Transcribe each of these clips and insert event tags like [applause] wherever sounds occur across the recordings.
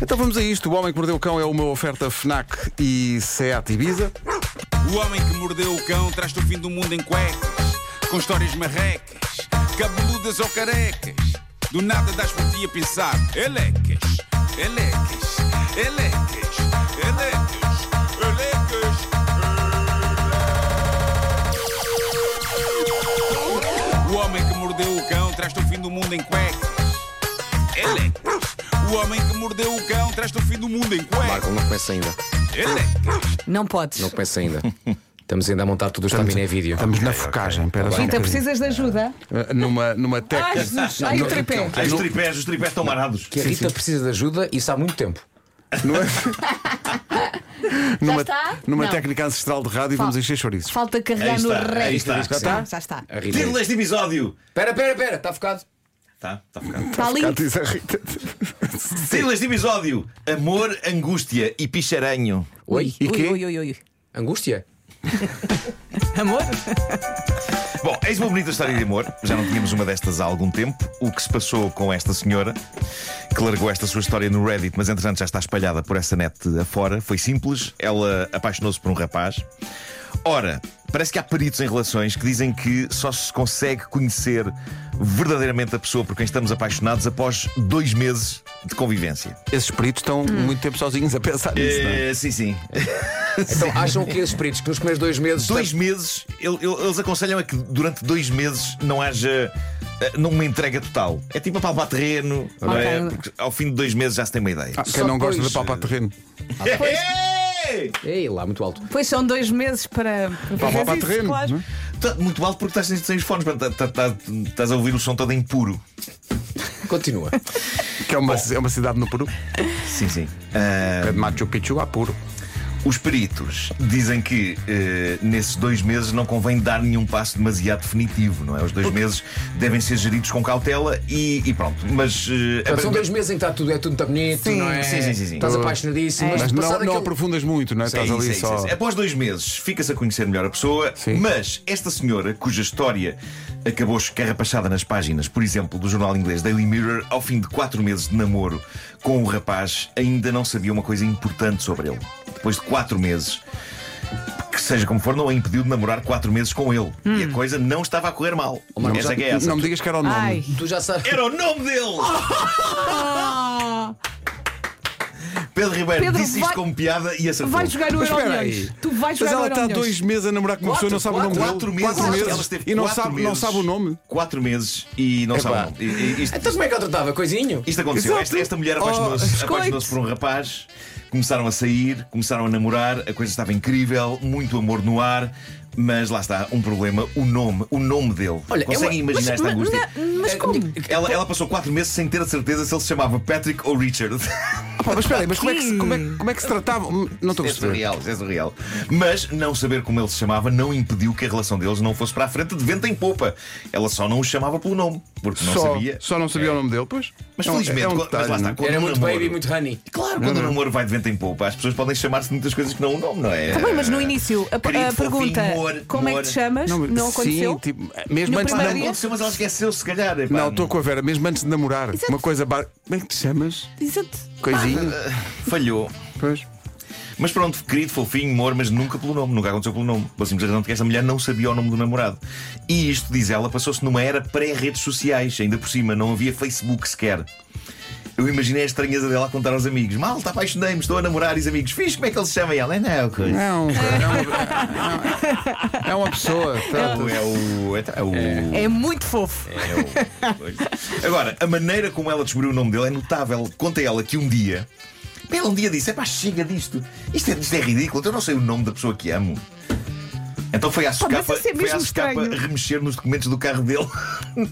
Então vamos a isto. O Homem que Mordeu o Cão é uma oferta FNAC e SEAT Ibiza. O homem que mordeu o cão traz-te o fim do mundo em cuecas, com histórias marrecas, cabeludas ou carecas. Do nada das por ti a pensar, elecas, elecas, elecas, elecas, elecas. O homem que mordeu o cão traz-te o fim do mundo em cuecas, elecas. O homem que mordeu o cão traz-te o fim do mundo em Marco, cuecas, Ah, não começa ainda. elecas. Não podes. Não começa ainda. Estamos ainda a montar tudo o estamina é em vídeo. Estamos na focagem. Tá Espera só um Rita, bocadinho. Eh, precisas de ajuda? Numa, numa Ai, técnica. Jesus. Ai, o tripé. Ah, Os tripés, os tripés estão marados. Que é a Rita precisa de ajuda e isso há muito tempo. numa, está? numa Não. técnica ancestral de rádio vamos encher chouriços. Tá? Falta carregar Aí no está, aí resto. está. Já está? Já está. É A Rita. Título deste episódio. Pera, pera, pera, está focado. Tá, tá focado. Está ali. Cá [laughs] diz a Rita. Título deste episódio: Amor, Angústia e Picharanho. Oi, E quê? Ui, ui, ui, ui. angústia. Amor? Bom, eis uma bonita história de amor. Já não tínhamos uma destas há algum tempo. O que se passou com esta senhora, que largou esta sua história no Reddit, mas entretanto já está espalhada por essa net afora, foi simples. Ela apaixonou-se por um rapaz. Ora, parece que há peritos em relações que dizem que só se consegue conhecer verdadeiramente a pessoa por quem estamos apaixonados após dois meses de convivência. Esses espíritos estão Hum. muito tempo sozinhos a pensar nisso, não é? Eh, sim, sim. Então acham que esses espíritos que nos primeiros dois meses. tá- dois meses, ele- ele- eles aconselham a que durante dois meses não haja eh, numa entrega total. É tipo a palpar terreno, não é? Ok. Porque ao fim de dois meses já se tem uma ideia. Ah, Quem Só não gosta depois, de palpar terreno? É [laughs] Ei! Ei, lá, muito alto. Pois são dois meses para. para Palpar fazer isso, terreno, claro. não é? Tá Muito alto porque estás sem- sem os fones, portanto, tá- tá- estás a ouvir o som todo impuro. Continua. Que é uma, é uma cidade no Peru. Sim, sim. Ah, É de Machu Picchu a Puro. Os peritos dizem que eh, nesses dois meses não convém dar nenhum passo demasiado definitivo, não é? Os dois meses devem ser geridos com cautela e, e pronto. Mas eh, Portanto, são aparentemente- dois meses em que está tudo, é tudo tão bonito, Sim. não é? Sim, sim, sim, sim. Estás É. apaixonadíssimo, mas, É. Mas não, passado não aquele- aprofundas muito, não é? É Estás isso, ali é isso, é só. isso. Após dois meses, fica-se a conhecer melhor a pessoa, Sim. mas esta senhora, cuja história acabou escarrapachada nas páginas, por exemplo, do jornal inglês Daily Mirror, ao fim de quatro meses de namoro com o rapaz, ainda não sabia uma coisa importante sobre ele. Depois de quatro meses, que seja como for, não a impediu de namorar quatro meses com ele. E a coisa não estava a correr mal. Marco, essa já- é que é essa. Não Ah! me digas que era o nome. Ai. Tu já sabes. Era o nome dele! Ah, Pedro Ribeiro Pedro, disse isto vai- como piada e acertou. Vai jogar no Mas espera Euromilhões. aí. Tu vais Mas jogar ela no está Euromilhões. dois meses a namorar com uma pessoa e não sabe o nome Quatro dele. meses. Quatro Ela meses. esteve E não quatro sabe, não meses. sabe o nome. Quatro meses e não sabe o nome. E- e- isto, Então como é que ela tratava? Coisinho? isto aconteceu. Exato. Esta, esta mulher Oh, apaixonou-se biscoito. apaixonou por um rapaz, começaram a sair, começaram a namorar, a coisa estava incrível, muito amor no ar. Mas lá está, um problema, o nome, o nome dele. Olha, Conseguem eu- imaginar esta Mas, angústia? mas- mas Eh, como? Ela, ela passou quatro meses sem ter a certeza se ele se chamava Patrick ou Richard. [laughs] Pá, mas espera aí, mas como é, que, se- como, é, que- como é que se tratava? Hum, Não estou a É perceber. surreal, é surreal. Mas não saber como ele se chamava não impediu que a relação deles não fosse para a frente de vento em popa. Ela só não o chamava pelo nome, porque não só, sabia. só não sabia o nome dele, pois. Mas É um- felizmente, é um quando- mas lá detalhe, está, não é? quando Era o muito namoro- baby, muito honey. Claro, quando o namoro vai de vento em popa, as pessoas podem chamar-se de muitas coisas que não o nome, não é? Tá bem, mas no início, a, a Querido, fofinho, pergunta: amor, como é amor. que te chamas? Não, mas- aconteceu? Sim, tipo, mesmo No antes de primeiro Não namorar. dia? aconteceu, mas ela esqueceu, se calhar. epá, Não, estou com a Vera, mesmo antes de namorar. Uma coisa. bar- Como é que te chamas? Exato. Coisinho. Falhou. Pois. Mas pronto, querido, fofinho, amor, mas nunca pelo nome, nunca aconteceu pelo nome. Pela simples razão de que essa mulher não sabia o nome do namorado. E isto, diz ela, passou-se numa era pré-redes sociais, ainda por cima, não havia Facebook sequer. Eu imaginei a estranheza dela a contar aos amigos: Malta, apaixonei-me, estou a namorar, e os amigos, fiz como é que ele se chama? E ela, não, coisa. Não, é uma, é uma pessoa. Tá, É o. É o. É muito fofo. É o- coisa. Agora, a maneira como ela descobriu o nome dele é notável. Conta ela que um dia. Ela um dia disse: é pá, chega disto. Isto é, isto é ridículo. Eu não sei o nome da pessoa que amo. Então foi à socapa, isso é foi à mesmo socapa estranho. remexer nos documentos do carro dele [laughs]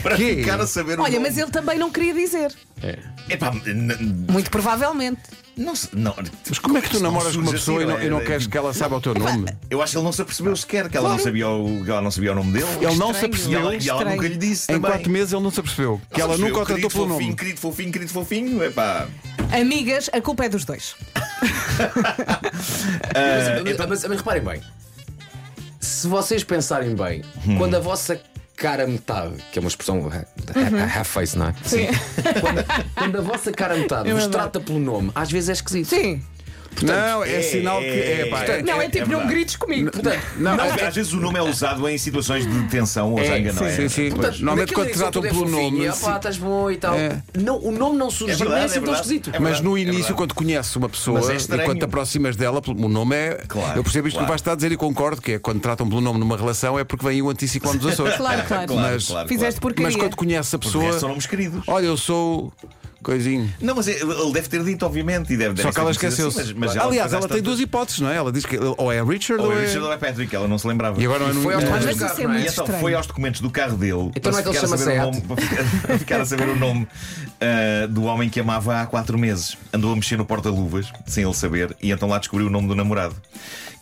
para Quê? ficar a saber o Olha, nome. mas ele também não queria dizer. Epá, n- Muito provavelmente. não, se- não, Mas como é que tu Isto não namoras com uma surge pessoa assim, e não, é? e não queres que ela saiba o teu nome? É Eu acho que ele não se apercebeu sequer que ela, não, sabia o, que ela não sabia o nome dele. Ele não estranho. se E ela, apercebeu. e ela Estranho. nunca lhe disse Em também. quatro meses ele não se apercebeu. Que ela Percebeu, nunca o tratou querido pelo é fofinho, nome. Querido fofinho, querido fofinho, epá. Amigas, a culpa é dos dois. Mas, mas- mas reparem bem. Se vocês pensarem bem, quando a vossa cara metade, que é uma expressão eh, half face, não é? Sim. Quando a vossa cara metade Eu vos adoro. trata pelo nome, às vezes é esquisito. Sim. não, é, sinal que. É, pá, é- Não, é, tipo, não verdade. grites comigo. Portanto, não, Às, é- às vezes o nome é usado em situações de tensão ou zanga, não é? sim, sim. portanto, Pois, Normalmente quando naquele te dia que tratam tu pelo és fofinho, nome. ah, sim. pá, estás bom e tal. É. Não, o nome não surge, É não é verdade, assim é tão verdade. esquisito. É Mas verdade, no é início, verdade. quando conheces uma pessoa Mas é e estranho. quando te aproximas dela, pelo- o nome é. Claro, eu percebo isto claro. que vais estar a dizer e concordo, que é quando tratam pelo nome numa relação é porque vem o anticiclone dos [laughs] Açores. [laughs] Claro, claro. Mas- Fizeste porcaria. Mas quando conheces a Porque pessoa. são nomes queridos. Olha, eu sou. Coisinho. Não, mas ele deve ter dito, obviamente, e deve, deve Só que ter ela dito esqueceu-se. assim, mas- mas Aliás, depois ela às tem tantas- duas hipóteses, não é? Ela diz que ou é Richard ou, Ou é é. Richard ou é Patrick, ela não se lembrava. E agora não, foi aos não- pais Mas do isso é carro, não E muito é? então estranho. foi aos documentos do carro dele Então não é para, que ele ficar a chama saber o nome, Seat? para, ficar, para ficar a saber o nome ah, do homem que amava há quatro meses. Andou a mexer no porta-luvas, sem ele saber, e então lá descobriu o nome do namorado.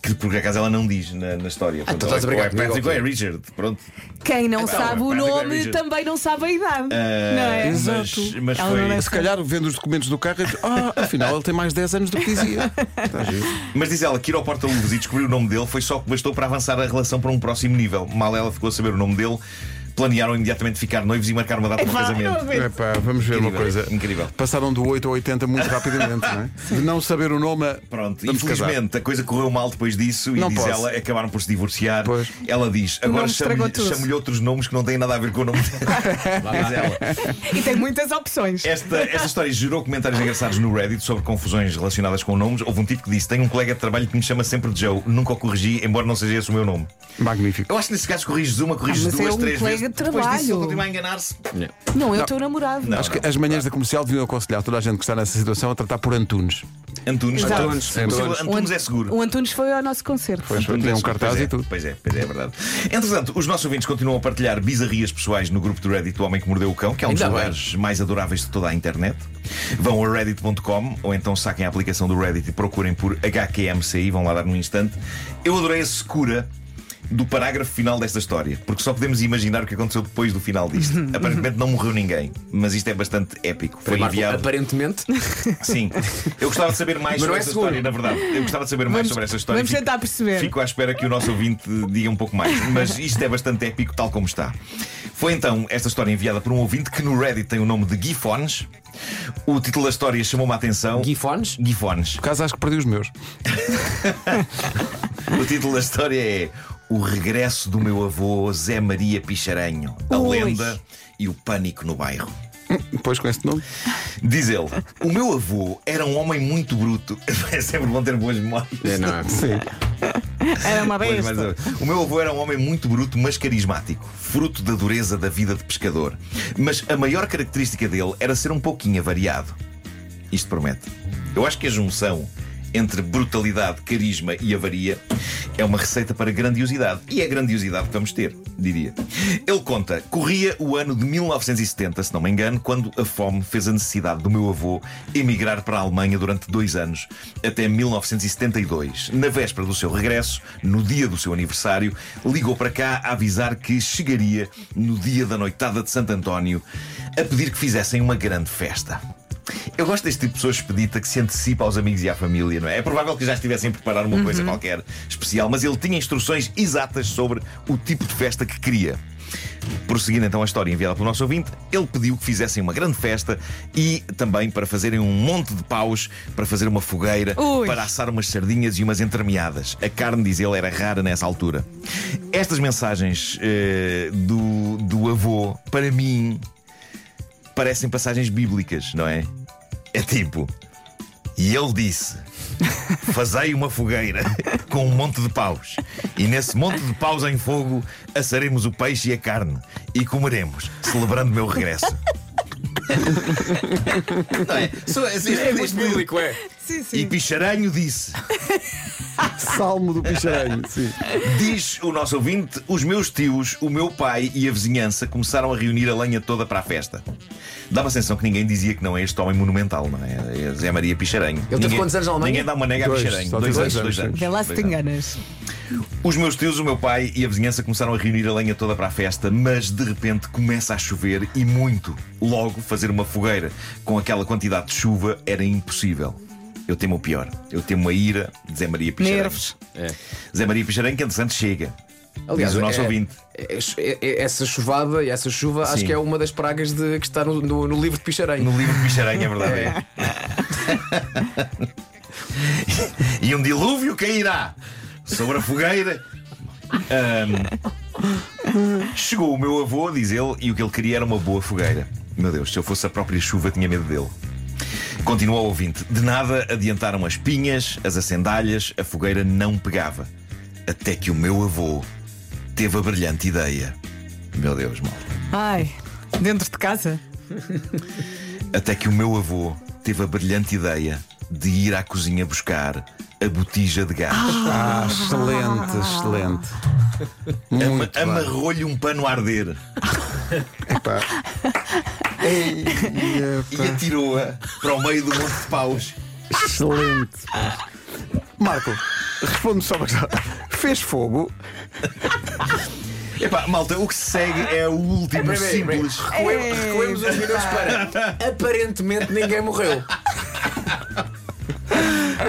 Que por acaso ela não diz na, na história. Portanto, então ou é- estás a brincar ou é comigo, Patrick ou é ok. Richard. Pronto. Quem não Então, sabe o Patrick nome Richard. também não sabe a idade. Ah, não é? Mas, mas Ela não foi. deve Se calhar, vendo os documentos do carro, eu digo, ah, afinal ele tem mais 10 anos do que [laughs] dizia. Está giro. Mas diz ela que ir ao porta-luvas e descobrir o nome dele foi só o que bastou para avançar a relação para um próximo nível. Mal ela ficou a saber o nome dele, planearam imediatamente ficar noivos e marcar uma data para o Epá, casamento. não aguento. Epá, É vamos ver uma Incrível, coisa. incrível. Passaram do 8 ao 80 muito rapidamente, [laughs] não é? De não saber o nome a. Pronto, Vamos infelizmente a coisa correu mal depois disso e Não diz posso. ela, acabaram por se divorciar. Pois. Ela diz, nome agora estragou chamo-lhe tudo. chamo-lhe outros nomes que não têm nada a ver com o nome [laughs] dela. diz ela. E tem muitas opções. Esta, esta história gerou comentários engraçados no Reddit sobre confusões relacionadas com nomes. Houve um tipo que disse: Tenho um colega de trabalho que me chama sempre de Joe, nunca o corrigi, embora não seja esse o meu nome. Magnífico. Eu acho que nesse caso corriges uma, corriges Ah, mas é duas, um três colega vezes. de Depois disso, trabalho. ele continua a enganar-se. Não, é o teu namorado. Não. Acho que as manhãs da comercial deviam aconselhar toda a gente que está nessa situação a tratar por Antunes. Antunes, Exato. Antunes, Antunes, Antunes, Antunes. Antunes é seguro. O Antunes foi ao nosso concerto. Pois foi, tinha um cartaz pois é, e tudo. Pois é, pois é, é verdade. Entretanto, os nossos ouvintes continuam a partilhar bizarrias pessoais no grupo do Reddit do Homem que Mordeu o Cão, que é um dos Ainda bem. lugares mais adoráveis de toda a internet. Vão a reddit.com ou então saquem a aplicação do Reddit e procurem por HQMCI, vão lá dar num instante. Eu adorei a secura. Do parágrafo final desta história, porque só podemos imaginar o que aconteceu depois do final [laughs] disto. Aparentemente não morreu ninguém, mas isto é bastante épico. Foi Marco, enviado. aparentemente, Sim. Eu gostava de saber Mas mais não sobre é essa seguro. história, na verdade. Eu gostava de saber mais Vamos- sobre essa história. vamos Fico- tentar perceber. Fico à espera que o nosso ouvinte diga um pouco mais. Mas isto é bastante épico, tal como está. Foi então esta história enviada por um ouvinte que no Reddit tem o nome de Gifones. O título da história chamou-me a atenção. guifones. Gifones. Por acaso acho que perdi os meus. O título da história é O Regresso do Meu Avô Zé Maria Picharanho. A Ui. lenda e o pânico no bairro. Depois com esse nome. Diz ele, o meu avô era um homem muito bruto. [laughs] É sempre bom ter boas memórias. É, não é? Sim. Era É uma Pois, besta. mas, uh, o meu avô era um homem muito bruto, mas carismático, fruto da dureza da vida de pescador. Mas a maior característica dele era ser um pouquinho avariado. Isto promete. Eu acho que a junção entre brutalidade, carisma e avaria é uma receita para grandiosidade. E é a grandiosidade que vamos ter, diria. Ele conta: corria o ano de 1970, se não me engano, quando a fome fez a necessidade do meu avô emigrar para a Alemanha durante dois anos, até 1972. Na véspera do seu regresso, no dia do seu aniversário, ligou para cá a avisar que chegaria no dia da noitada de Santo António a pedir que fizessem uma grande festa. Eu gosto deste tipo de pessoa expedita que se antecipa aos amigos e à família, não é? É provável que já estivessem a preparar uma coisa qualquer especial, mas ele tinha instruções exatas sobre o tipo de festa que queria. Prosseguindo então a história enviada pelo nosso ouvinte, ele pediu que fizessem uma grande festa e também para fazerem um monte de paus, para fazer uma fogueira, Ui. para assar umas sardinhas e umas entremeadas. A carne, diz ele, era rara nessa altura. Estas mensagens eh, do, do avô, para mim, parecem passagens bíblicas, não é? É tipo. E ele disse: Fazei uma fogueira [laughs] com um monte de paus, e nesse monte de paus em fogo assaremos o peixe e a carne, e comeremos, celebrando [laughs] meu regresso. Não é? Só- assim, É muito bíblico, é. Sim, sim. E Picharanho disse: Salmo do Picharanho. Sim. Diz o nosso ouvinte: os meus tios, o meu pai e a vizinhança começaram a reunir a lenha toda para a festa. Dava a sensação que ninguém dizia que não é este homem monumental, não é? É Zé Maria Picharanho. Ele teve quantos anos na Alemanha? Ninguém dá uma nega Dois, a Picharanho. só Dois, teve anos, dois dois anos. anos. Vê lá se Dois te anos. enganas. Os meus tios, o meu pai e a vizinhança começaram a reunir a lenha toda para a festa, mas de repente começa a chover e muito. Logo, fazer uma fogueira com aquela quantidade de chuva era impossível. Eu temo o pior. Eu temo a ira de Zé Maria Picharanho. Nervos. Zé Maria Picharanho, que entretanto chega. Diz o nosso é- ouvinte. é- é- é- essa chuvada e essa chuva Sim. acho que é uma das pragas de, que está no, no- no livro de Picharém. No livro de Picharanha, é verdade. É. e um dilúvio cairá sobre a fogueira. Ahm, chegou o meu avô, diz ele, e o que ele queria era uma boa fogueira. Meu Deus, se eu fosse a própria chuva, tinha medo dele. Continua o ouvinte. De nada adiantaram as pinhas, as acendalhas, a fogueira não pegava. Até que o meu avô teve a brilhante ideia. Meu Deus, mal. Ai, dentro de casa? Até que o meu avô teve a brilhante ideia de ir à cozinha buscar a botija de gás. Ah, excelente, excelente. Ama- Muito bem. Amarrou-lhe um pano a arder [laughs] Epá. Ei, e é- epá. atirou-a para o meio do monte de paus. Excelente. pá. Marco, responde só uma questão. Fez fogo? Epá, malta, o que se segue é o último simples. Recuemos, recuemos uns minutos para. [laughs] Aparentemente ninguém morreu.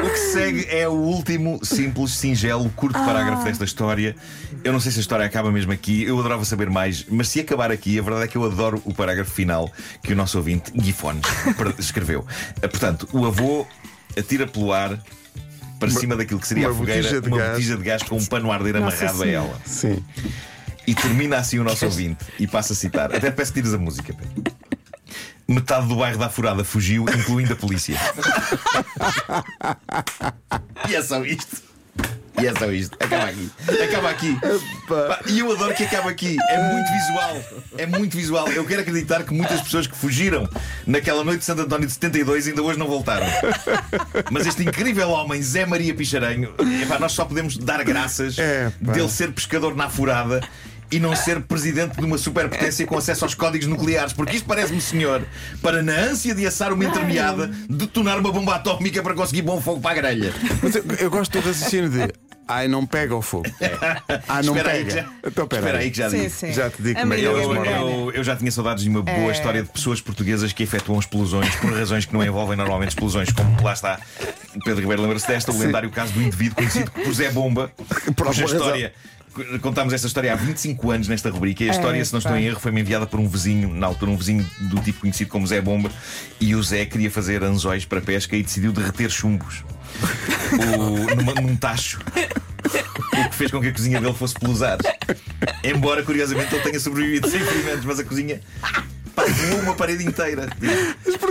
O que se segue é o último simples, singelo, curto Ah. parágrafo desta história. Eu não sei se a história acaba mesmo aqui, eu adorava saber mais, mas se acabar aqui, a verdade é que eu adoro o parágrafo final que o nosso ouvinte, Gifone, [laughs] per- escreveu. Eh, Portanto, o avô atira pelo ar para cima daquilo que seria uma a fogueira botija de uma gás. botija de gás com um pano a arder Nossa amarrado a Senhora. ela. Sim. E termina assim o nosso ouvinte e passa a citar. Até peço que tires a música, Pedro. Metade do bairro da Furada fugiu, incluindo a polícia. e é só isto. E é só isto. Acaba aqui. Acaba aqui. Pá, E eu adoro que acaba aqui. É muito visual. É muito visual. Eu quero acreditar que muitas pessoas que fugiram naquela noite de Santo António de 72 ainda hoje não voltaram. Mas este incrível homem, Zé Maria Picharanho, epá, nós só podemos dar graças É, pá. dele ser pescador na furada e não ser presidente de uma superpotência com acesso aos códigos nucleares, porque isto parece-me, senhor, para na ânsia de assar uma entremeada, detonar uma bomba atómica para conseguir bom fogo para a grelha. Mas eu, eu gosto do raciocínio de. Ai, não pega o fogo. Ai, não É. Espera aí que pega. já- Então, pera Espera aí que já Sim, digo. sim. É. Já te digo A como é que Eu, Maria eles eu- moram. eu- eu já tinha saudades de uma boa história de pessoas portuguesas que efetuam explosões por razões que não envolvem normalmente explosões, como lá está Pedro Ribeiro lembra-se desta, o lendário caso do indivíduo conhecido por Zé Bomba, Por cuja alguma razão. história. Contámos esta história há 25 anos nesta rubrica e a história, se não estou em erro, foi-me enviada por um vizinho, na altura um vizinho do tipo conhecido como Zé Bomba, e o Zé queria fazer anzóis para pesca e decidiu derreter chumbos O- numa- num tacho o que fez com que a cozinha dele fosse pelos ares. Embora, curiosamente, ele tenha sobrevivido sem ferimentos, mas a cozinha pá, voou uma parede inteira.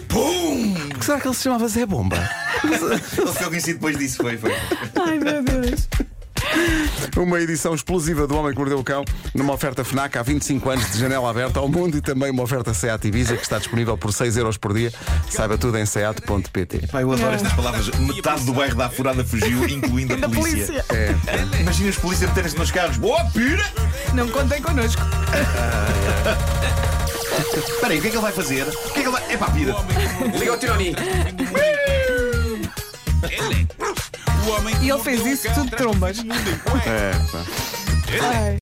Pum! Porque será que ele se chamava Zé Bomba? Ele ficou conhecido depois disso, foi, foi. Ai, meu Deus. Uma edição explosiva do Homem que Mordeu o Cão, numa oferta FNAC há 25 anos de janela aberta ao mundo e também uma oferta SEAT Ibiza que está disponível por 6 euros por dia. Saiba tudo em seat.pt. Pá, eu adoro estas palavras. Metade do bairro da Furada fugiu, incluindo a polícia. É. Imagina os polícias meterem-se nos carros. Boa, pira! Não contem connosco. Espera aí, o que é que ele vai fazer? O que é que ele vai. Epá, pira! Liga o Tironi. Ele. O homem que E ele mordeu fez o isso cão tudo traz-te o trombas. fim do mundo em cuecas. é Ai.